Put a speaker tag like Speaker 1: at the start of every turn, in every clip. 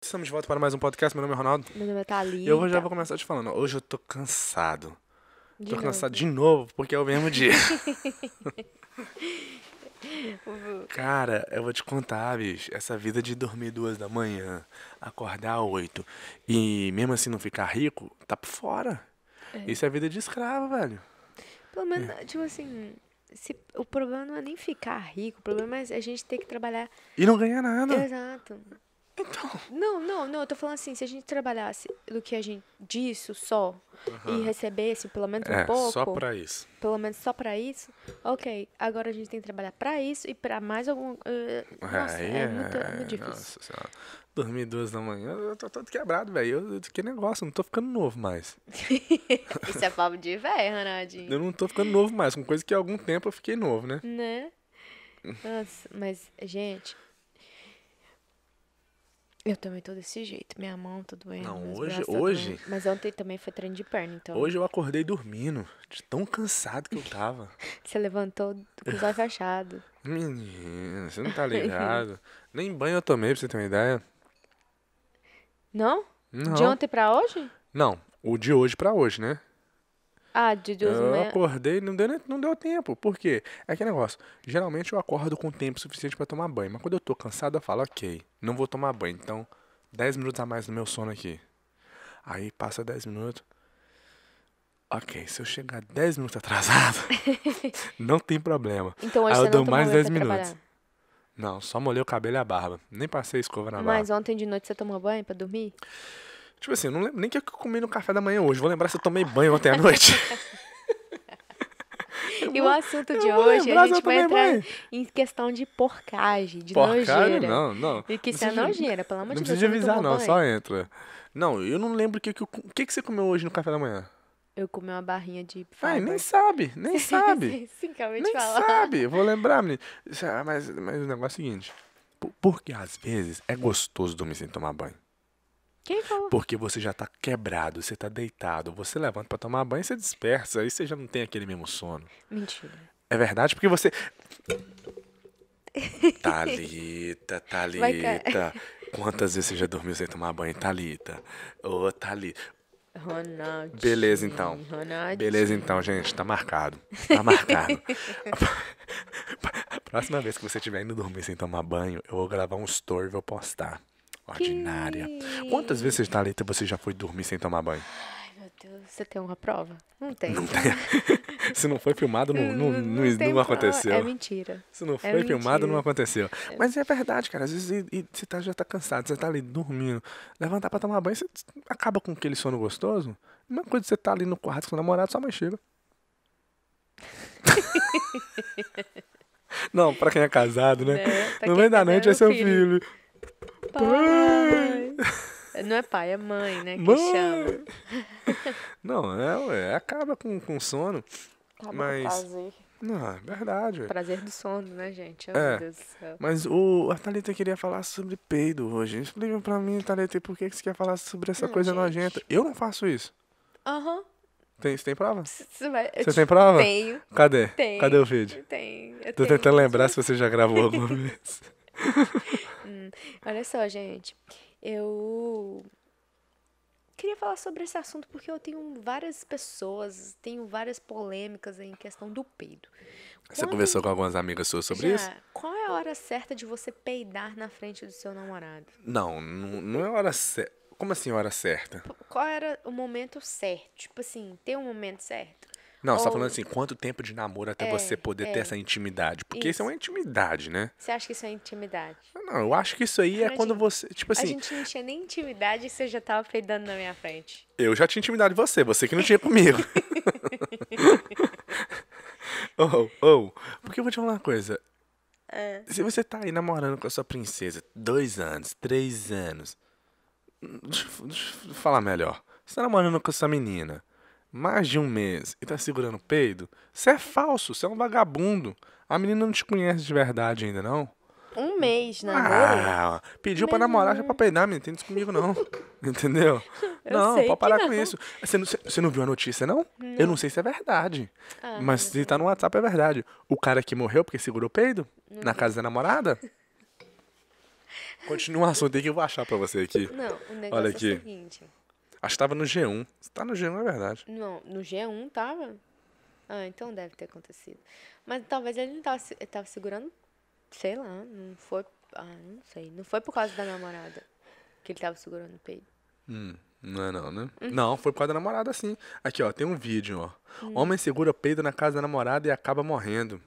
Speaker 1: Estamos de volta para mais um podcast. Meu nome é Ronaldo.
Speaker 2: Meu nome é Thalita.
Speaker 1: E eu vou- já vou começar te falando. Hoje eu tô cansado.
Speaker 2: De
Speaker 1: tô
Speaker 2: novo.
Speaker 1: cansado de novo, porque é o mesmo dia. Cara, eu vou te contar, bicho. Essa vida de dormir duas da manhã, acordar oito e mesmo assim não ficar rico, tá por fora. Isso é vida de escravo, velho.
Speaker 2: Pelo
Speaker 1: É.
Speaker 2: menos, tipo assim, se, o problema não é nem ficar rico, o problema é a gente ter que trabalhar.
Speaker 1: E Ah, não ganha
Speaker 2: É,
Speaker 1: nada.
Speaker 2: Exato.
Speaker 1: Então.
Speaker 2: Não, não, não, eu tô falando assim, se a gente trabalhasse do que a gente disso só e recebesse pelo menos um
Speaker 1: É,
Speaker 2: pouco,
Speaker 1: só pra isso.
Speaker 2: pelo menos só pra isso, ok. Agora a gente tem que trabalhar pra isso e pra mais algum. eh, nossa,
Speaker 1: Aí
Speaker 2: é muito, é muito difícil.
Speaker 1: Nossa senhora. Dormir duas da manhã, eu tô todo quebrado, velho. Eu- Que negócio, eu não tô ficando novo mais.
Speaker 2: Isso é papo de né, velho, Ronaldinho.
Speaker 1: Eu não tô ficando novo mais, com coisa que há algum tempo eu fiquei novo, né?
Speaker 2: Né? Nossa, mas, gente. Eu também tô desse jeito. Minha mão tá doendo.
Speaker 1: Não,
Speaker 2: meus
Speaker 1: hoje-
Speaker 2: braços tá
Speaker 1: hoje-
Speaker 2: doendo. Mas ontem também foi treino de perna, então.
Speaker 1: Hoje eu acordei dormindo, de tão cansado que eu tava.
Speaker 2: Você levantou com os olhos fechados.
Speaker 1: Menino, você não tá ligado. Nem banho eu tomei, pra você ter uma ideia.
Speaker 2: Não?
Speaker 1: Não,
Speaker 2: De ontem pra hoje?
Speaker 1: não, o de hoje pra hoje, né?
Speaker 2: Ah, de duas da
Speaker 1: Eu
Speaker 2: manhã.
Speaker 1: acordei, não deu, nem- não deu tempo. Por quê? É que negócio. Geralmente eu acordo com tempo suficiente pra tomar banho. Mas quando eu tô cansado, eu falo, ok, não vou tomar banho. Então, 10 minutos a mais no meu sono aqui. Aí passa 10 minutos. Ok, se eu chegar 10 minutos atrasado, não tem problema.
Speaker 2: Então hoje
Speaker 1: Ah, eu
Speaker 2: você
Speaker 1: dou
Speaker 2: não tomou
Speaker 1: mais
Speaker 2: banho
Speaker 1: 10
Speaker 2: pra
Speaker 1: minutos.
Speaker 2: trabalhar.
Speaker 1: Não, só molhei o cabelo e a barba. Nem passei escova na barba.
Speaker 2: Mas ontem de noite você tomou banho pra dormir?
Speaker 1: Tipo assim, eu não lembro nem o que eu comi no café da manhã hoje. Vou lembrar se eu tomei banho ontem à noite.
Speaker 2: E o assunto
Speaker 1: eu
Speaker 2: de
Speaker 1: vou
Speaker 2: hoje,
Speaker 1: lembrar
Speaker 2: a
Speaker 1: se eu
Speaker 2: gente vai
Speaker 1: tomei
Speaker 2: entrar
Speaker 1: banho.
Speaker 2: em questão de porcagem, de
Speaker 1: Porcaria,
Speaker 2: nojeira.
Speaker 1: não, não.
Speaker 2: E que
Speaker 1: Não
Speaker 2: isso é
Speaker 1: precisa de-
Speaker 2: nojeira, pelo amor
Speaker 1: Não
Speaker 2: de Deus.
Speaker 1: precisa
Speaker 2: você
Speaker 1: de avisar,
Speaker 2: tomou
Speaker 1: não,
Speaker 2: banho.
Speaker 1: só entra. Não, eu não lembro o que, que, eu- o que, que você comeu hoje no café da manhã.
Speaker 2: Eu comi uma barrinha de
Speaker 1: Ai,
Speaker 2: fava.
Speaker 1: nem sabe, nem sabe.
Speaker 2: Sim, sim, acabei de
Speaker 1: nem
Speaker 2: falar.
Speaker 1: sabe. Eu Vou lembrar, menino. Isso, ah, Mas, mas o negócio é o seguinte: por- porque às vezes é gostoso dormir sem tomar banho.
Speaker 2: Quem falou?
Speaker 1: Porque você já tá quebrado, você tá deitado, você levanta pra tomar banho, você dispersa, aí você já não tem aquele mesmo sono.
Speaker 2: Mentira.
Speaker 1: É verdade, porque você. Thalita, Thalita. Quantas vezes você já dormiu sem tomar banho, Thalita? Ô, Thalita.
Speaker 2: Ronaldinho.
Speaker 1: Beleza, então.
Speaker 2: Ronaldinho.
Speaker 1: Beleza, então, gente, tá marcado. Tá marcado. A próxima vez que você estiver indo dormir sem tomar banho, eu vou gravar um story e vou postar. Ordinária. Quantas vezes, Thalita, você já foi dormir sem tomar banho?
Speaker 2: Ai, meu Deus. Você tem uma prova? Não tem.
Speaker 1: Não tem. Se não foi filmado, não, não, não, não
Speaker 2: tem prova.
Speaker 1: aconteceu.
Speaker 2: É mentira.
Speaker 1: Se não foi
Speaker 2: mentira.
Speaker 1: filmado, não aconteceu. Mas é verdade, cara. Às vezes e- e você tá- já tá cansado, você tá ali dormindo. Levantar pra tomar banho, você acaba com aquele sono gostoso. Uma coisa, você tá ali no quarto com o namorado, sua mãe chega. não, pra quem é casado, né?
Speaker 2: É, pra
Speaker 1: no
Speaker 2: quem
Speaker 1: meio da
Speaker 2: casar,
Speaker 1: noite é
Speaker 2: meu
Speaker 1: seu filho.
Speaker 2: filho. Pai. Não é pai, é mãe, né? Que
Speaker 1: Mãe!
Speaker 2: chama.
Speaker 1: Não, é, ué, acaba com com o sono.
Speaker 2: Acaba com o
Speaker 1: Mas-
Speaker 2: Prazer.
Speaker 1: Não, é verdade, ué.
Speaker 2: prazer do sono, né, gente? Oh,
Speaker 1: É.
Speaker 2: meu Deus do céu.
Speaker 1: Mas o, a Thalita queria falar sobre peido hoje. Explica pra mim, Thalita, por que que você quer falar sobre essa
Speaker 2: Não,
Speaker 1: coisa
Speaker 2: gente.
Speaker 1: nojenta? Eu não faço isso.
Speaker 2: Aham.
Speaker 1: Tem, você tem prova?
Speaker 2: Você vai- eu
Speaker 1: Você
Speaker 2: te-
Speaker 1: tem prova?
Speaker 2: Tenho.
Speaker 1: Cadê?
Speaker 2: Tenho.
Speaker 1: Cadê o vídeo?
Speaker 2: Tenho. Eu
Speaker 1: Tô
Speaker 2: tenho.
Speaker 1: tentando lembrar se você já gravou alguma vez.
Speaker 2: Olha só, gente. Eu queria falar sobre esse assunto porque eu tenho várias pessoas, tenho várias polêmicas em questão do peido.
Speaker 1: Você
Speaker 2: Quando-
Speaker 1: conversou com algumas amigas suas sobre
Speaker 2: Já,
Speaker 1: isso?
Speaker 2: Qual é a hora certa de você peidar na frente do seu namorado?
Speaker 1: Não, não, não é hora certa. Como assim hora certa?
Speaker 2: P- Qual era o momento certo? Tipo assim, tem um momento certo?
Speaker 1: Não, você tá
Speaker 2: Ou-
Speaker 1: falando assim, quanto tempo de namoro até
Speaker 2: É,
Speaker 1: você poder ter essa intimidade? Porque isso é
Speaker 2: Isso.
Speaker 1: uma intimidade, né?
Speaker 2: Você acha que isso é intimidade?
Speaker 1: Não, eu acho que isso aí é
Speaker 2: Mas,
Speaker 1: quando
Speaker 2: gente,
Speaker 1: você. Tipo
Speaker 2: A
Speaker 1: assim,
Speaker 2: gente não tinha nem intimidade e você já tava peidando na minha frente.
Speaker 1: Eu já tinha intimidade você, você que não tinha comigo. Ou, ou, porque eu vou te falar uma coisa. Se você tá aí namorando com a sua princesa dois anos, três anos. Deixa, eu- deixa eu falar melhor. Você tá namorando com essa menina mais de um mês e tá segurando o peido, você é falso, você é um vagabundo. A menina não te conhece de verdade ainda, não?
Speaker 2: Um mês de namoro?
Speaker 1: Ah, pediu pra namorar, já pra peidar, menino. Tem isso comigo, não. Entendeu?
Speaker 2: Eu
Speaker 1: não,
Speaker 2: sei que
Speaker 1: pode parar com
Speaker 2: não.
Speaker 1: isso. Você não, você não viu a notícia, não? Eu não sei se é verdade.
Speaker 2: Ah,
Speaker 1: mas se tá no WhatsApp, é verdade. O cara que morreu porque segurou o peido na casa da namorada? Continua o assunto aí que eu vou achar pra você aqui.
Speaker 2: Não, o negócio
Speaker 1: Olha
Speaker 2: é o
Speaker 1: aqui.
Speaker 2: seguinte.
Speaker 1: Acho que tava no G1. Você tá no G1, é verdade.
Speaker 2: Não, no G1 tava? Ah, então deve ter acontecido. Mas talvez ele não tava, se- ele tava segurando, sei lá, não foi. Ah, não sei. Não foi por causa da namorada que ele tava segurando o peito.
Speaker 1: Hum, não é não, né?
Speaker 2: Uhum.
Speaker 1: Não, foi por causa da namorada, sim. Aqui, ó, tem um vídeo,
Speaker 2: Hum.
Speaker 1: ó. Homem segura peido na casa da namorada e acaba morrendo.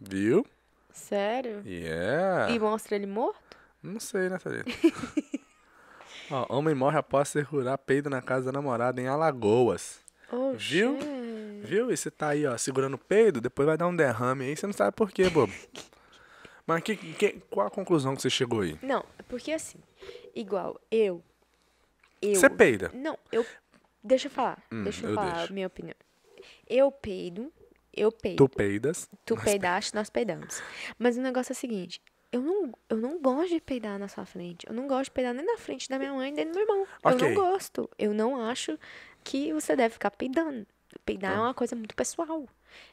Speaker 1: Viu?
Speaker 2: Sério?
Speaker 1: Yeah.
Speaker 2: E mostra ele morto?
Speaker 1: Não sei, né, Thalita? Ó, homem morre após segurar peido na casa da namorada em Alagoas.
Speaker 2: Oh,
Speaker 1: Viu? Viu? E você tá aí, ó, segurando o peido, depois vai dar um derrame aí, você não sabe por quê, bobo. Mas que, que- qual a conclusão que você chegou aí?
Speaker 2: Não, porque assim, igual eu. Eu.
Speaker 1: Você peida.
Speaker 2: Não, eu. Deixa eu falar.
Speaker 1: Hum,
Speaker 2: deixa eu,
Speaker 1: eu
Speaker 2: falar
Speaker 1: deixo.
Speaker 2: a minha opinião. Eu peido. Eu peido.
Speaker 1: Tu peidas.
Speaker 2: Tu, peidaste, nós peidamos. Mas o negócio é o seguinte. Eu não, eu não gosto de peidar na sua frente. Eu não gosto de peidar nem na frente da minha mãe, nem do meu irmão.
Speaker 1: Ok.
Speaker 2: Eu não gosto. Eu não acho que você deve ficar peidando. Peidar é uma coisa muito pessoal.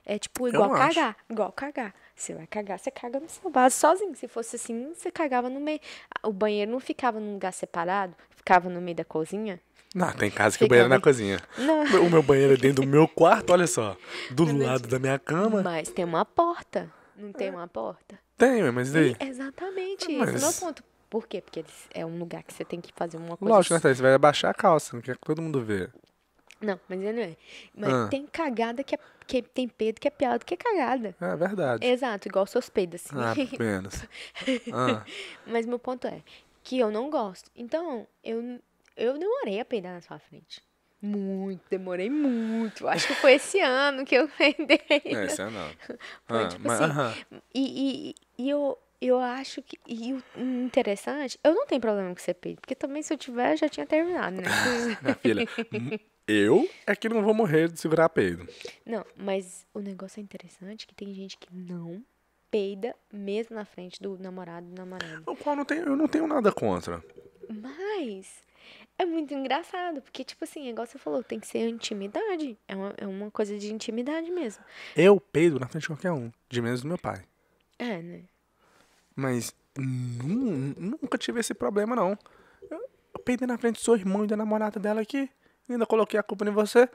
Speaker 2: É tipo igual
Speaker 1: Ah. não acho.
Speaker 2: cagar. Igual cagar. Você vai cagar, você caga no seu vaso sozinho. Se fosse assim, você cagava no meio. O banheiro não ficava num lugar separado, ficava no meio da cozinha.
Speaker 1: Não, tem casa que o
Speaker 2: Fica
Speaker 1: banheiro é na
Speaker 2: bem-
Speaker 1: cozinha.
Speaker 2: Não.
Speaker 1: O meu banheiro é dentro do meu quarto, olha só. Do lado da minha cama.
Speaker 2: Mas tem uma porta. Não
Speaker 1: É.
Speaker 2: tem uma porta?
Speaker 1: Tem, ué, mas e daí?
Speaker 2: Exatamente,
Speaker 1: Mas-
Speaker 2: esse é o meu ponto. Por quê? Porque eles- é um lugar que você tem que fazer uma coisa.
Speaker 1: Lógico, né, Thalita? Você vai abaixar a calça, não quer que todo mundo vê.
Speaker 2: Não, mas ele não é. Mas
Speaker 1: Ah.
Speaker 2: tem cagada que, é, que tem peido, que é piada, que é cagada.
Speaker 1: É verdade.
Speaker 2: Exato, igual seus peidos, assim.
Speaker 1: Ah, menos. Ah,
Speaker 2: mas meu ponto é que eu não gosto. Então, eu, eu demorei a peidar na sua frente. Muito, demorei muito. Acho que foi esse ano que eu peidei.
Speaker 1: é, isso é não.
Speaker 2: Foi
Speaker 1: Ah,
Speaker 2: tipo
Speaker 1: mas,
Speaker 2: assim.
Speaker 1: aham.
Speaker 2: E, e- e eu, eu acho que. E o interessante, eu não tenho problema com ser peido, porque também se eu tiver, eu já tinha terminado, né?
Speaker 1: Minha filha, eu é que não vou morrer de segurar peido.
Speaker 2: não, mas o negócio é interessante que tem gente que não peida mesmo na frente do namorado do namorado.
Speaker 1: O qual não tenho, eu não tenho nada contra.
Speaker 2: Mas é muito engraçado, porque, tipo assim, igual você falou, tem que ser intimidade. É uma, é uma coisa de intimidade mesmo.
Speaker 1: Eu peido na frente de qualquer um, de menos do meu pai.
Speaker 2: É, né?
Speaker 1: Mas nu- nunca tive esse problema, não. Eu, eu peidei na frente do seu irmão e da namorada dela aqui. E ainda coloquei a culpa em você.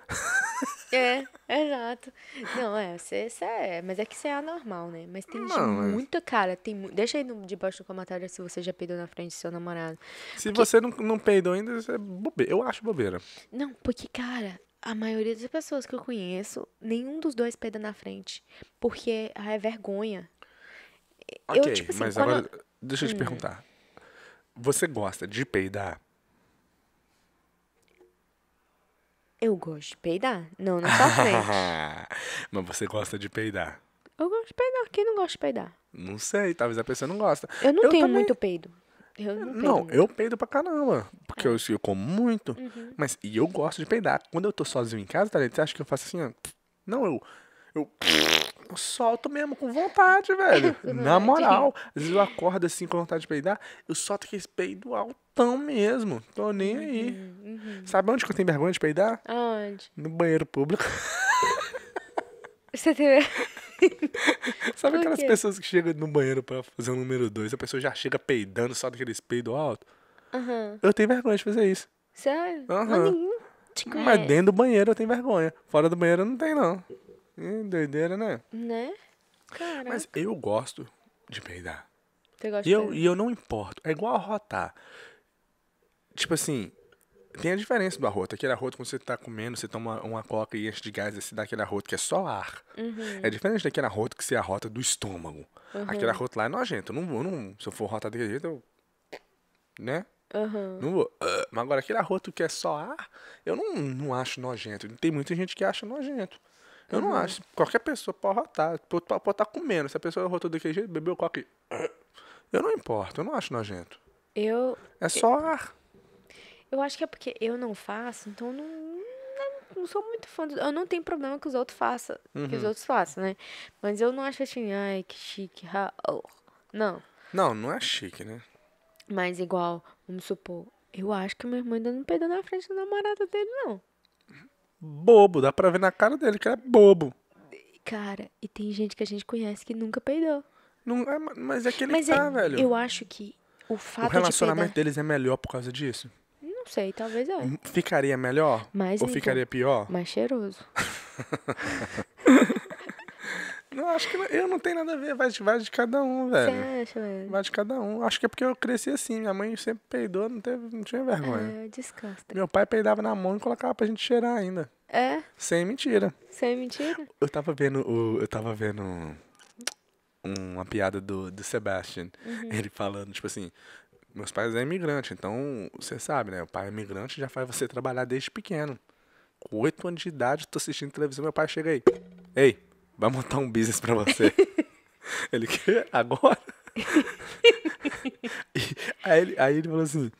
Speaker 2: É, exato. Não, é, você, você é. Mas é que você é anormal, né? Mas tem gente
Speaker 1: Não, é.
Speaker 2: muita cara. Tem, mu- deixa aí no, debaixo do comentário se você já peidou na frente do seu namorado.
Speaker 1: Se você não, não peidou ainda, você é bobeira. Eu acho bobeira.
Speaker 2: Não, porque, cara, a maioria das pessoas que eu conheço, nenhum dos dois peida na frente. Porque ah, é vergonha. Eu, Hum.
Speaker 1: Ok,
Speaker 2: tipo assim,
Speaker 1: mas
Speaker 2: quando-
Speaker 1: agora. Deixa eu te perguntar. Você gosta de peidar?
Speaker 2: Eu gosto de peidar. Não, na sua frente.
Speaker 1: mas você gosta de peidar?
Speaker 2: Eu gosto de peidar. Quem não gosta de peidar?
Speaker 1: Não sei, talvez a pessoa não gosta.
Speaker 2: Eu não tenho
Speaker 1: também-
Speaker 2: muito peido. Eu não É. peido.
Speaker 1: Não,
Speaker 2: muito.
Speaker 1: eu peido pra caramba. Porque eu, eu como muito.
Speaker 2: Uhum.
Speaker 1: Mas e eu gosto de peidar. Quando eu tô sozinho em casa, Thalita, você acha que eu faço assim, ó? Não, eu. Eu, eu solto mesmo com vontade, velho. Na moral. Às vezes eu acordo assim com vontade de peidar, eu solto aquele peido altão mesmo. Tô
Speaker 2: Uhum,
Speaker 1: nem aí. Sabe onde que eu tenho vergonha de peidar?
Speaker 2: Aonde?
Speaker 1: No banheiro público.
Speaker 2: Você teve...
Speaker 1: Sabe
Speaker 2: Por
Speaker 1: aquelas
Speaker 2: quê?
Speaker 1: pessoas que chegam no banheiro pra fazer o número dois, a pessoa já chega peidando, solta aquele peido alto?
Speaker 2: Aham.
Speaker 1: Eu tenho vergonha de fazer isso.
Speaker 2: Sério? Mas
Speaker 1: Aham.
Speaker 2: ninguém te
Speaker 1: Mas
Speaker 2: conhece,
Speaker 1: dentro do banheiro eu tenho vergonha. Fora do banheiro eu não tenho, não. Ih, doideira, né?
Speaker 2: né? Cara,
Speaker 1: Mas eu gosto de peidar.
Speaker 2: você gosta
Speaker 1: E eu,
Speaker 2: de
Speaker 1: e eu não importo. É igual arrotar. Tipo assim, tem a diferença do arroto. Aquele arroto, quando você tá comendo, você toma uma coca e enche de gás, você dá aquele arroto que é só ar. É diferente daquele arroto que você arrota do estômago. Aquele arroto lá é nojento. Eu não, eu não, se eu for arrotar daquele jeito, eu... Né?
Speaker 2: Aham.
Speaker 1: Não vou. Ah, Mas agora aquele arroto que é só ar, eu não, não acho nojento. Tem muita gente que acha nojento. Eu
Speaker 2: Uhum.
Speaker 1: não acho. Qualquer pessoa pode arrotar, pode estar comendo. Se a pessoa é arrotou daquele jeito, bebeu coca e... Eu não importo, eu não acho nojento.
Speaker 2: Eu,
Speaker 1: É só ar.
Speaker 2: eu acho que é porque eu não faço, então eu não, não, não sou muito fã. do- eu não tenho problema que os outros façam, que os
Speaker 1: Uhum.
Speaker 2: outros façam, né? Mas eu não acho assim, ai, que chique. ha- oh." Não.
Speaker 1: Não, não é chique, né?
Speaker 2: Mas igual, vamos supor, eu acho que meu irmão ainda não peidou na frente do namorado dele, não.
Speaker 1: Bobo, dá pra ver na cara dele que ele é bobo.
Speaker 2: Cara, e tem gente que a gente conhece que nunca peidou.
Speaker 1: Não, é, ma- mas é aquele
Speaker 2: Mas
Speaker 1: que tá,
Speaker 2: é,
Speaker 1: velho.
Speaker 2: eu acho que O fato
Speaker 1: o
Speaker 2: de
Speaker 1: relacionamento Hum.
Speaker 2: peidar-
Speaker 1: deles é melhor por causa disso?
Speaker 2: Não sei, talvez é.
Speaker 1: Ficaria melhor?
Speaker 2: Mas, então.
Speaker 1: ou
Speaker 2: Nico-
Speaker 1: ficaria pior?
Speaker 2: Mais cheiroso.
Speaker 1: Não, acho que não- eu não tenho nada a ver. Vai de, vai de cada um,
Speaker 2: Você
Speaker 1: velho.
Speaker 2: acha, velho?
Speaker 1: Vai de cada um. Acho que é porque eu cresci assim. Minha mãe sempre peidou, não, teve, não tinha vergonha.
Speaker 2: É, descansa.
Speaker 1: Meu pai peidava na mão e colocava pra gente cheirar ainda.
Speaker 2: É?
Speaker 1: Sem mentira.
Speaker 2: Sem mentira?
Speaker 1: Eu tava vendo o. Eu tava vendo um- uma piada do, do Sebastian. Ele falando, tipo assim, meus pais é imigrante, então você sabe, né? O pai é imigrante já faz você trabalhar desde pequeno. Com oito anos de idade, tô assistindo televisão, meu pai chega aí. Ei, vai montar um business pra você. ele quer agora? E aí, ele- aí ele falou assim.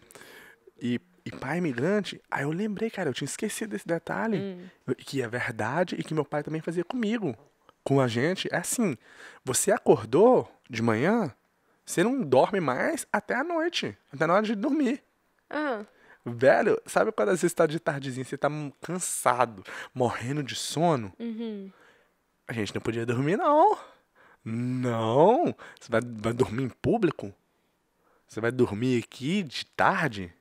Speaker 1: E, e pai imigrante, aí eu lembrei, cara, eu tinha esquecido desse detalhe. Que é verdade e que meu pai também fazia comigo. Com a gente, é assim. Você acordou de manhã, você não dorme mais até a noite. Até na hora de dormir.
Speaker 2: Ah,
Speaker 1: Velho, sabe quando às vezes tá de tardezinha, você tá m- cansado, morrendo de sono?
Speaker 2: Uhum.
Speaker 1: A gente não podia dormir, não. Não. Você vai, vai dormir em público? Você vai dormir aqui de tarde?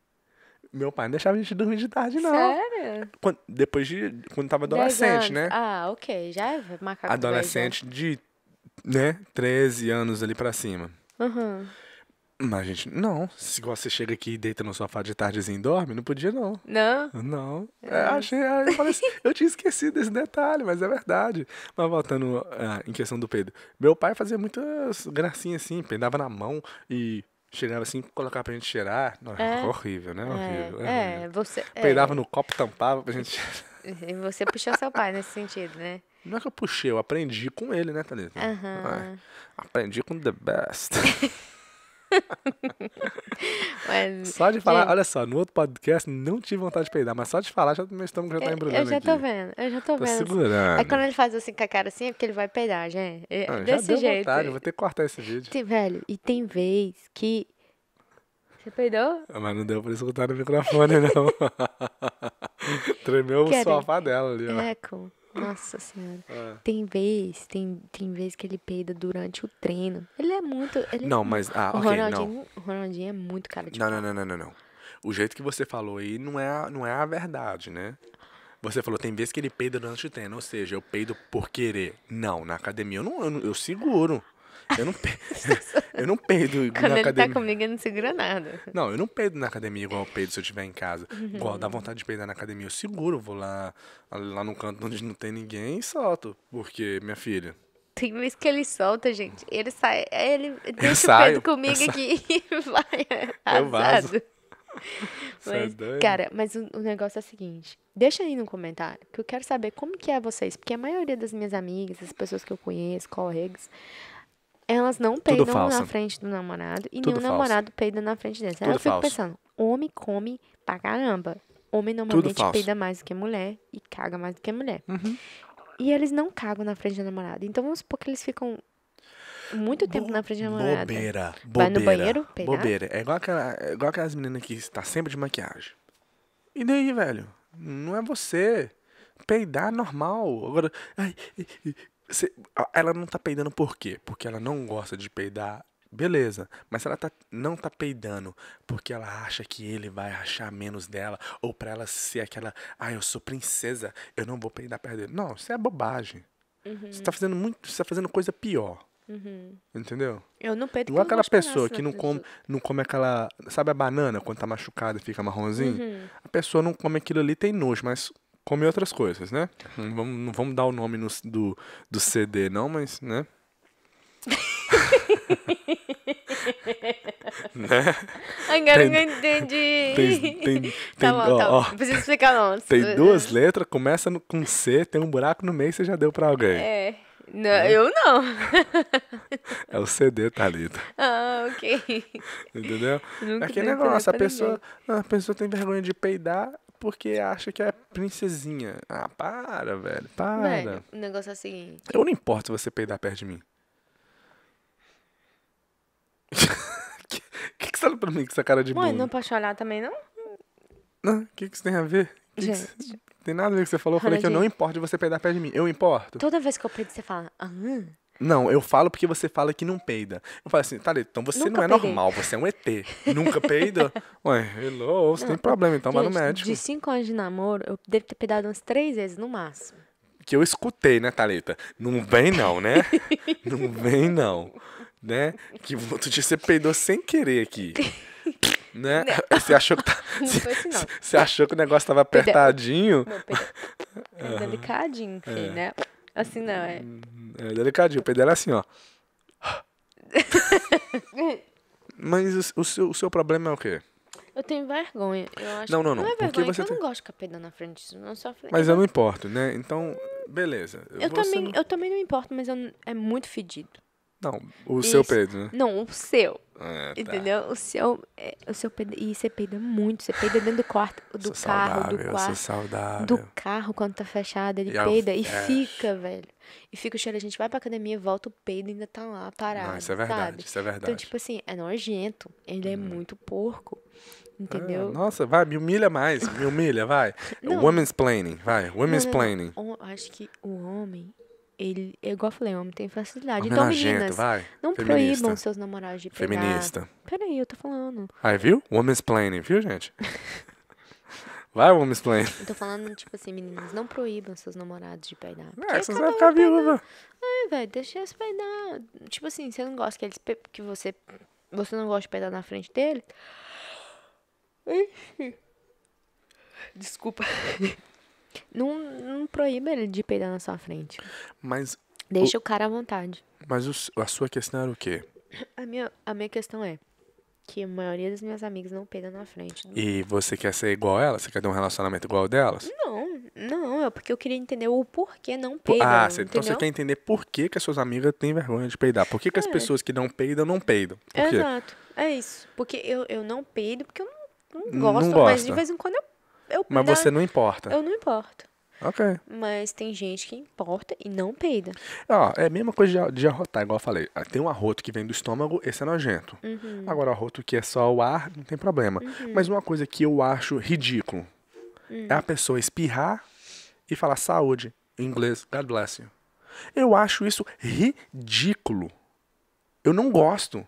Speaker 1: Meu pai não deixava a gente dormir de tarde, não.
Speaker 2: sério?
Speaker 1: Quando- depois de. Quando tava
Speaker 2: Dez
Speaker 1: adolescente,
Speaker 2: anos.
Speaker 1: né?
Speaker 2: Ah, ok. Já é macaco
Speaker 1: Adolescente de. né? 13 anos ali pra cima.
Speaker 2: velho. Aham.
Speaker 1: Mas, gente, não. Se você chega aqui e deita no sofá de tardezinho e dorme, não podia, não.
Speaker 2: Não?
Speaker 1: Não. É, achei, aí eu, falei assim, eu tinha esquecido desse detalhe, mas é verdade. Mas voltando ah, em questão do Pedro. Meu pai fazia muitas gracinhas assim, peidava na mão e chegava assim, colocava pra gente cheirar. Não,
Speaker 2: É.
Speaker 1: Horrível, né? Horrível. é
Speaker 2: É,
Speaker 1: horrível.
Speaker 2: é, você. é,
Speaker 1: Peidava no copo, tampava pra gente cheirar.
Speaker 2: e você puxou seu pai nesse sentido, né?
Speaker 1: Não é que eu puxei, eu aprendi com ele, né, Thalita?
Speaker 2: Aham.
Speaker 1: É. Aprendi com the best.
Speaker 2: Mas
Speaker 1: Só de falar,
Speaker 2: Gente.
Speaker 1: olha só, no outro podcast não tive vontade de peidar, mas só de falar, já, meu estômago já tá
Speaker 2: É, eu-
Speaker 1: embrulhando
Speaker 2: eu já tô
Speaker 1: aqui.
Speaker 2: vendo, eu já tô
Speaker 1: Tô
Speaker 2: vendo.
Speaker 1: segurando.
Speaker 2: Aí quando ele faz assim com a cara assim, é porque ele vai peidar, gente. É
Speaker 1: Ah, já
Speaker 2: desse
Speaker 1: deu
Speaker 2: jeito.
Speaker 1: vontade, eu vou ter que cortar esse vídeo.
Speaker 2: Tem- velho, e tem vez que. Você peidou?
Speaker 1: Ah, Mas não deu pra escutar no microfone, não. Tremeu
Speaker 2: Querem.
Speaker 1: o sofá dela ali, ó.
Speaker 2: Eco. É, Nossa senhora.
Speaker 1: Ah.
Speaker 2: Tem vez, tem, tem vez que ele peida durante o treino. Ele é muito. Ele
Speaker 1: Não, mas, ah,
Speaker 2: o
Speaker 1: ok, não.
Speaker 2: Ronaldinho, o Ronaldinho é muito cara de
Speaker 1: Não, não, não, não, não, não. O jeito que você falou aí não é, a- não é a verdade, né? Você falou, tem vezes que ele peida durante o treino, ou seja, eu peido por querer. Não, na academia eu não, eu, não- eu seguro. Eu não, pe- eu não peido
Speaker 2: Quando
Speaker 1: na
Speaker 2: ele
Speaker 1: academia.
Speaker 2: tá comigo, ele não segura nada.
Speaker 1: Não, eu não peido na academia igual eu peido se eu estiver em casa. Igual dá vontade de peidar na academia, eu seguro, vou lá, lá no canto onde não tem ninguém e solto. Porque, minha filha,
Speaker 2: Tem vez que ele solta, gente. Ele sai. é, Ele deixa o
Speaker 1: saio,
Speaker 2: Pedro comigo
Speaker 1: eu
Speaker 2: aqui e vai.
Speaker 1: Eu vazo.
Speaker 2: arrasado.
Speaker 1: Cê é
Speaker 2: Mas,
Speaker 1: doido?
Speaker 2: cara, mas o, o negócio é o seguinte. Deixa aí no comentário, que eu quero saber como que é vocês. Porque a maioria das minhas amigas, as pessoas que eu conheço, colegas, elas não peidam na
Speaker 1: falso.
Speaker 2: frente do namorado e
Speaker 1: Tudo
Speaker 2: nenhum
Speaker 1: falso.
Speaker 2: namorado peida na frente deles. Aí eu
Speaker 1: Tudo
Speaker 2: fico
Speaker 1: falso.
Speaker 2: pensando, homem come pra caramba. Homem normalmente
Speaker 1: falso. Uhum.
Speaker 2: peida mais do que mulher e caga mais do que mulher. E eles não cagam na frente da namorada. Então vamos supor que eles ficam muito tempo
Speaker 1: Bo-
Speaker 2: na frente da namorada.
Speaker 1: Bobeira, bobeira.
Speaker 2: Vai no banheiro pegar?
Speaker 1: Bobeira. É igual, aquela, é igual aquelas meninas que está sempre de maquiagem. E daí, velho? Não é você. Peidar é normal. Agora, ai, e- e- você- a- ela não tá peidando por quê? Porque ela não gosta de peidar. Beleza, mas se ela tá, não tá peidando porque ela acha que ele vai achar menos dela, ou pra ela ser aquela, ah, eu sou princesa, eu não vou peidar perto dele. Não, isso é bobagem.
Speaker 2: Uhum.
Speaker 1: Você tá fazendo muito, você tá fazendo coisa pior. Entendeu?
Speaker 2: Eu não peido
Speaker 1: Igual
Speaker 2: porque É
Speaker 1: aquela
Speaker 2: eu gosto de palhaço
Speaker 1: pessoa
Speaker 2: na
Speaker 1: que não
Speaker 2: frente
Speaker 1: come,
Speaker 2: dos
Speaker 1: não come aquela. Sabe a banana quando tá machucada e fica marronzinho?
Speaker 2: Uhum.
Speaker 1: A pessoa não come aquilo ali, tem nojo, mas come outras coisas, né? Não vamos, não vamos dar o nome no- do, do CD, não, mas, né?
Speaker 2: outros. Agora eu entendi.
Speaker 1: Tem, tem, tem,
Speaker 2: tá bom,
Speaker 1: ó,
Speaker 2: tá bom.
Speaker 1: ó,
Speaker 2: Não precisa explicar não.
Speaker 1: tem duas letras, começa no- com C, tem um buraco no meio, você já deu pra alguém. É,
Speaker 2: É. Não, eu não.
Speaker 1: É o CD, Thalita.
Speaker 2: Ah, ok.
Speaker 1: Entendeu?
Speaker 2: Nunca
Speaker 1: É aquele
Speaker 2: dei pra
Speaker 1: negócio, a
Speaker 2: ninguém.
Speaker 1: pessoa, a pessoa tem vergonha de peidar porque acha que é princesinha. Ah, para, velho, para.
Speaker 2: Velho, o negócio é o seguinte.
Speaker 1: Eu não importo se você peidar perto de mim. O que, que, que você olha pra mim com essa cara de
Speaker 2: Mãe,
Speaker 1: bunda?
Speaker 2: não posso olhar também, não?
Speaker 1: Não, o que, que isso tem a ver? Que que isso-
Speaker 2: Gente.
Speaker 1: tem nada a ver com o que você falou. Eu falei que eu não
Speaker 2: Ronaldinho.
Speaker 1: importo de você peidar perto de mim. Eu importo.
Speaker 2: Toda vez que eu peido, você fala, ah,
Speaker 1: Não, eu falo porque você fala que não peida. Eu falo assim, Thalita, então você
Speaker 2: Nunca
Speaker 1: não é
Speaker 2: peidei.
Speaker 1: normal, você é um ET. Nunca peida? Ué, hello, você tem problema, então vai no
Speaker 2: Gente,
Speaker 1: médico.
Speaker 2: De cinco anos de namoro, eu devo ter pedado umas três vezes no máximo.
Speaker 1: Que eu escutei, né, Thalita? Não vem não, né? não vem não. Né? Que outro dia você peidou sem querer aqui. Né? Você achou que tá-
Speaker 2: Não foi assim, não.
Speaker 1: Você achou que o negócio tava
Speaker 2: Peidei.
Speaker 1: apertadinho?
Speaker 2: Não, pera- É delicadinho, enfim, né? Assim não, é.
Speaker 1: É delicadinho, o peidei era assim, ó. Mas o, o seu, o seu problema é o quê?
Speaker 2: Eu tenho vergonha. Eu acho
Speaker 1: Não, não,
Speaker 2: que-
Speaker 1: não,
Speaker 2: Não é
Speaker 1: porque
Speaker 2: vergonha,
Speaker 1: você
Speaker 2: que eu
Speaker 1: tem-
Speaker 2: não gosto de ficar peidando na frente disso. Não só falei-
Speaker 1: Mas eu não importo, né? Então, beleza. Você
Speaker 2: Eu também, eu também não me importo, mas eu, n- é muito fedido.
Speaker 1: Não, não, o seu
Speaker 2: Isso.
Speaker 1: peido, né?
Speaker 2: Não, o seu.
Speaker 1: É, tá.
Speaker 2: Entendeu? O seu. é, o seu peida, e você peida muito. Você peida dentro do quarto, do
Speaker 1: Sou
Speaker 2: carro,
Speaker 1: saudável,
Speaker 2: do
Speaker 1: eu sou
Speaker 2: quarto.
Speaker 1: saudável.
Speaker 2: Do carro, quando tá fechado, ele
Speaker 1: E eu é.
Speaker 2: peida e
Speaker 1: fecho.
Speaker 2: fica, velho. E fica o cheiro, a gente vai pra academia, volta, o peido ainda tá lá parado.
Speaker 1: Não, isso é verdade,
Speaker 2: sabe?
Speaker 1: isso é verdade. Uhum.
Speaker 2: Então, tipo assim, é nojento. Ele é muito porco.
Speaker 1: Ah,
Speaker 2: Entendeu?
Speaker 1: nossa, vai, me humilha mais, me humilha, vai.
Speaker 2: Não.
Speaker 1: Women's planning, vai, women's
Speaker 2: Não, não,
Speaker 1: planning.
Speaker 2: O- acho que o homem, ele, é igual eu falei, o homem tem facilidade. Então,
Speaker 1: Homenagem,
Speaker 2: meninas,
Speaker 1: vai.
Speaker 2: não
Speaker 1: Feminista.
Speaker 2: proíbam seus namorados de pegar.
Speaker 1: Feminista.
Speaker 2: Peraí, eu tô falando.
Speaker 1: Aí, viu? Women's planning, viu, gente? vai, women's planning.
Speaker 2: Eu tô falando, tipo assim, meninas, não proíbam seus namorados de peidar.
Speaker 1: É,
Speaker 2: Porque
Speaker 1: você
Speaker 2: cada
Speaker 1: vai ficar
Speaker 2: um peida-
Speaker 1: viúva.
Speaker 2: É, velho, deixa eles peidar. Tipo assim, você não gosta que eles pe- que você você não gosta de peidar na frente dele. Ixi. Desculpa. Não, não proíba ele de peidar na sua frente.
Speaker 1: Mas,
Speaker 2: Deixa o cara à vontade.
Speaker 1: mas o s- a sua questão era o quê?
Speaker 2: A minha, a minha questão é que a maioria das minhas amigas não peida na frente.
Speaker 1: E você quer ser igual a ela? Você quer ter um relacionamento igual ao delas?
Speaker 2: Não, não, é porque eu queria entender o porquê não
Speaker 1: Pô,
Speaker 2: peidam,
Speaker 1: ah, cê-
Speaker 2: entendeu?
Speaker 1: então você quer entender por que, que as suas amigas têm vergonha de peidar. Por que, que as
Speaker 2: É.
Speaker 1: pessoas que não peidam, não peidam. Por quê?
Speaker 2: Exato, é isso. Porque eu, eu não peido, porque eu não, não
Speaker 1: Não
Speaker 2: gosto, mas de
Speaker 1: gosta.
Speaker 2: vez em quando eu, eu
Speaker 1: Mas
Speaker 2: dá-
Speaker 1: você não importa.
Speaker 2: Eu não importo.
Speaker 1: Ok.
Speaker 2: Mas tem gente que importa e não peida.
Speaker 1: Ó, é a mesma coisa de, a- de arrotar, igual eu falei. Ah, Tem um arroto que vem do estômago, esse é nojento. Agora, o arroto que é só o ar, não tem problema. Mas uma coisa que eu acho ridículo é a pessoa espirrar e falar saúde. Em inglês, God bless you. Eu acho isso ridículo. Eu não gosto.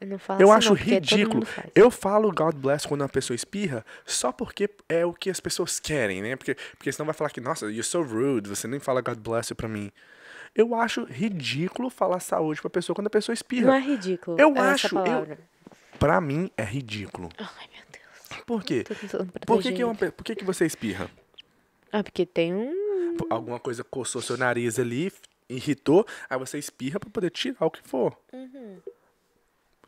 Speaker 2: Eu não falo
Speaker 1: Eu
Speaker 2: assim,
Speaker 1: acho
Speaker 2: não, porque todo
Speaker 1: ridículo.
Speaker 2: mundo faz.
Speaker 1: Eu falo God bless quando uma pessoa espirra só porque é o que as pessoas querem, né? Porque, porque senão vai falar que, nossa, you're so rude, você nem fala God bless you pra mim. Eu acho ridículo falar saúde pra pessoa quando a pessoa
Speaker 2: Não
Speaker 1: espirra.
Speaker 2: é ridículo.
Speaker 1: Eu
Speaker 2: é essa
Speaker 1: acho, eu-
Speaker 2: palavra.
Speaker 1: Pra mim é ridículo.
Speaker 2: Ai, meu Deus.
Speaker 1: Por quê?
Speaker 2: Tô tentando proteger.
Speaker 1: Por que, que, é
Speaker 2: ele.
Speaker 1: uma pe- por que, que você espirra?
Speaker 2: Ah, porque tem um.
Speaker 1: Por- Alguma coisa coçou seu nariz ali, f- irritou, aí você espirra pra poder tirar o que for.
Speaker 2: Uhum.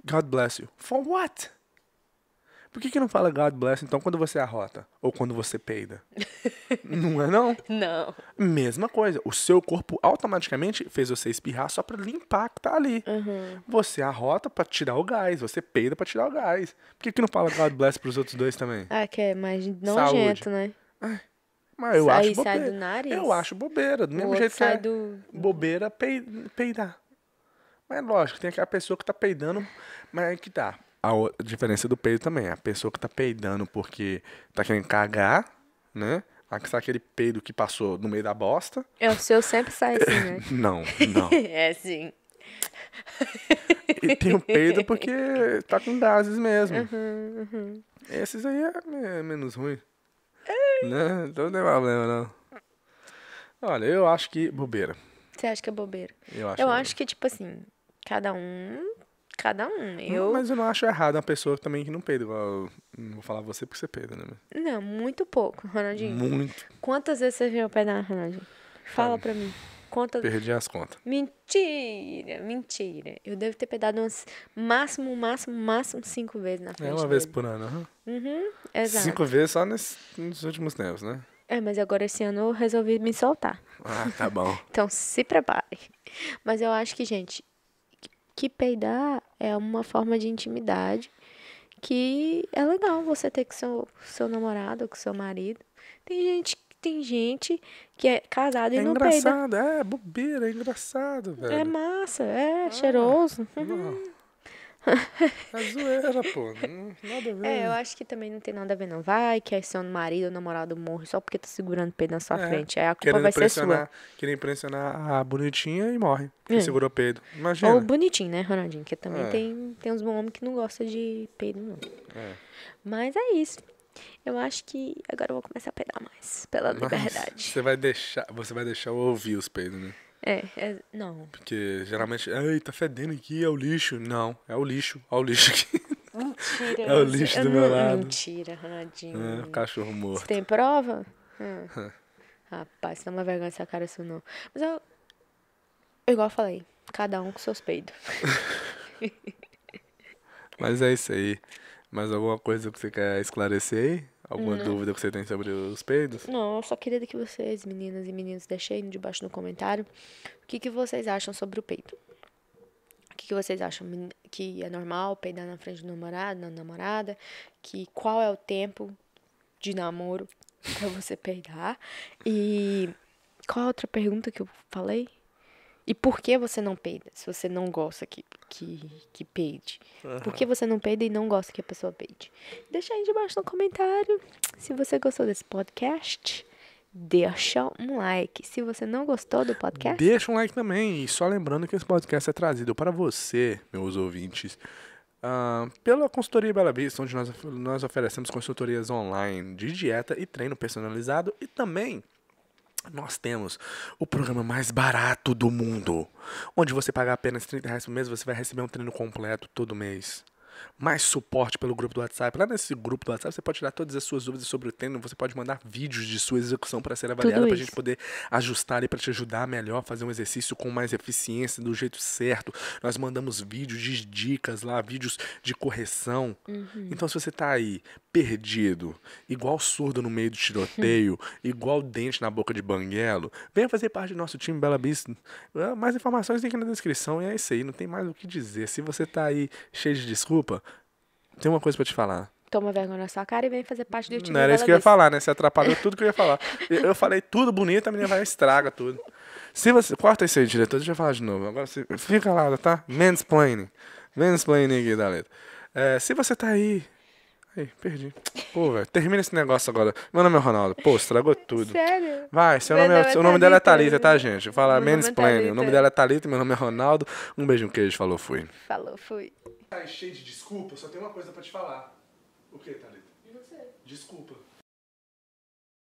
Speaker 1: God bless you. For what? Por que, que não fala God bless então quando você arrota? Ou quando você peida? não é não?
Speaker 2: Não.
Speaker 1: Mesma coisa. O seu corpo automaticamente fez você espirrar só pra limpar que tá ali.
Speaker 2: Uhum.
Speaker 1: Você arrota pra tirar o gás, você peida pra tirar o gás. Por que, que não fala God bless pros outros dois também?
Speaker 2: Ah, que é mais nojento, né?
Speaker 1: Mas eu
Speaker 2: Sai-
Speaker 1: acho
Speaker 2: sai
Speaker 1: bobeira.
Speaker 2: do nariz.
Speaker 1: Eu acho bobeira. Do
Speaker 2: O
Speaker 1: mesmo
Speaker 2: outro
Speaker 1: jeito que
Speaker 2: sai
Speaker 1: é
Speaker 2: do.
Speaker 1: bobeira pei- peidar. Mas lógico, tem aquela pessoa que tá peidando, mas aí que tá. A o- a diferença do peido também. A pessoa que tá peidando porque tá querendo cagar, né? A que sai aquele peido que passou no meio da bosta.
Speaker 2: É, o seu sempre sai assim, né?
Speaker 1: Não, não.
Speaker 2: é assim.
Speaker 1: E tem o peido porque tá com gases mesmo. Uhum, Esses aí é, me- é menos ruim. Né? Então não tem problema, não. Olha, eu acho que bobeira.
Speaker 2: Você acha que é bobeira?
Speaker 1: Eu acho,
Speaker 2: Eu
Speaker 1: bobeira.
Speaker 2: acho que, tipo assim, cada um. Cada um.
Speaker 1: Não,
Speaker 2: Eu.
Speaker 1: Mas eu não acho errado uma pessoa também que não peida. igual eu- Não vou falar você porque você peida, né?
Speaker 2: Não, muito pouco, Ronaldinho.
Speaker 1: Muito.
Speaker 2: Quantas vezes você viu peidar, Ronaldinho? Fala pra mim. Quantas.
Speaker 1: Perdi as contas.
Speaker 2: Mentira, mentira. Eu devo ter pedado umas máximo, máximo, máximo cinco vezes na frente.
Speaker 1: É uma vez
Speaker 2: dele.
Speaker 1: por ano. aham.
Speaker 2: Uhum, exato.
Speaker 1: Cinco vezes só nesse- nos últimos tempos, né?
Speaker 2: É, mas agora esse ano eu resolvi me soltar.
Speaker 1: Ah, tá bom.
Speaker 2: Então se prepare. Mas eu acho que, gente, que peidar é uma forma de intimidade que é legal você ter com seu, seu namorado, com seu marido. Tem gente, tem gente que é casada e
Speaker 1: É
Speaker 2: não peida.
Speaker 1: engraçado, é bobeira, é engraçado,
Speaker 2: É
Speaker 1: velho.
Speaker 2: massa, é cheiroso.
Speaker 1: Não. É zoeira, pô. Não- Nada a ver.
Speaker 2: É, eu acho que também não tem nada a ver, não. Vai que aí seu marido ou namorado morre só porque tá segurando o peito na sua
Speaker 1: É,
Speaker 2: frente. Aí a culpa
Speaker 1: Querendo
Speaker 2: vai ser sua.
Speaker 1: impressionar, querendo impressionar a bonitinha e morre.
Speaker 2: É.
Speaker 1: Que segurou o peido. Imagina.
Speaker 2: Ou bonitinho, né, Ronaldinho? Porque também
Speaker 1: É.
Speaker 2: tem, tem uns bons homens que não gostam de peido, não.
Speaker 1: É.
Speaker 2: Mas é isso. Eu acho que agora eu vou começar a peidar mais. Pela
Speaker 1: Mas
Speaker 2: liberdade.
Speaker 1: Você vai deixar, você vai deixar eu ouvir os peidos, né?
Speaker 2: É, é- não.
Speaker 1: Porque geralmente, ei, tá fedendo aqui, é o lixo. Não, é o lixo, é o lixo aqui.
Speaker 2: Mentira.
Speaker 1: É o
Speaker 2: você-
Speaker 1: lixo
Speaker 2: eu
Speaker 1: do meu
Speaker 2: não-
Speaker 1: lado.
Speaker 2: Mentira, Ronaldinho.
Speaker 1: É, o cachorro
Speaker 2: Você
Speaker 1: morto.
Speaker 2: tem prova? Hum. Rapaz, você não vai vergonha essa cara sua, não. Mas eu. Igual eu falei, cada um com seus peidos.
Speaker 1: Mas é isso aí. Mais alguma coisa que você quer esclarecer aí? Alguma dúvida que você tem sobre os peidos?
Speaker 2: Não, eu só queria que vocês, meninas e meninos, deixem aí debaixo no comentário o que, que vocês acham sobre o peito. O que, que vocês acham men- que é normal peidar na frente do namorado, na namorada? Que qual é o tempo de namoro pra você peidar? E qual a outra pergunta que eu falei? E por que você não peida? Se você não gosta que, que, que peide. Por que você não peida e não gosta que a pessoa peide? Deixa aí debaixo no comentário. Se você gostou desse podcast, deixa um like. Se você não gostou do podcast,
Speaker 1: Deixa um like também. E só lembrando que esse podcast é trazido para você, meus ouvintes, ah, pela consultoria Bela Vista, onde nós, of- nós oferecemos consultorias online de dieta e treino personalizado. E também nós temos o programa mais barato do mundo, onde você pagar apenas 30 reais por mês, você vai receber um treino completo todo mês. Mais suporte pelo grupo do WhatsApp. Lá nesse grupo do WhatsApp você pode tirar todas as suas dúvidas sobre o treino, você pode mandar vídeos de sua execução para ser avaliada, para a gente
Speaker 2: isso.
Speaker 1: poder ajustar e para te ajudar melhor, a fazer um exercício com mais eficiência, do jeito certo. Nós mandamos vídeos de dicas lá, vídeos de correção. Então, se você tá aí perdido, igual surdo no meio do tiroteio, igual dente na boca de banguelo, venha fazer parte do nosso time Bela Bis. Ah, Mais informações tem aqui na descrição. E é isso aí, não tem mais o que dizer. Se você tá aí cheio de desculpa, tem uma coisa para te falar.
Speaker 2: toma vergonha na sua cara e vem fazer parte do time.
Speaker 1: Não era
Speaker 2: da
Speaker 1: isso que eu ia
Speaker 2: Bela Vista.
Speaker 1: falar, né? Você atrapalhou tudo que eu ia falar. Eu eu falei tudo bonito, a menina vai e estraga tudo. Se você. Corta isso aí, diretor, deixa eu falar de novo. Agora você fica lá, tá? Mansplaining. Mansplaining aqui da letra. É, se você tá aí. Aí, perdi. Pô, velho, termina esse negócio agora. Meu nome é Ronaldo. Pô, estragou tudo.
Speaker 2: Sério?
Speaker 1: Vai, seu
Speaker 2: Meu
Speaker 1: nome, é,
Speaker 2: nome é
Speaker 1: seu nome dela é Thalita,
Speaker 2: Thalita.
Speaker 1: tá, gente? Fala
Speaker 2: Meu nome é
Speaker 1: Mansplaining. O nome
Speaker 2: Thalita.
Speaker 1: dela é Thalita, meu nome é Ronaldo. Um beijo, um queijo, falou, fui.
Speaker 2: Falou, fui.
Speaker 1: Tá cheio de desculpa, só tem uma coisa pra te falar. O que, Thalita? Desculpa.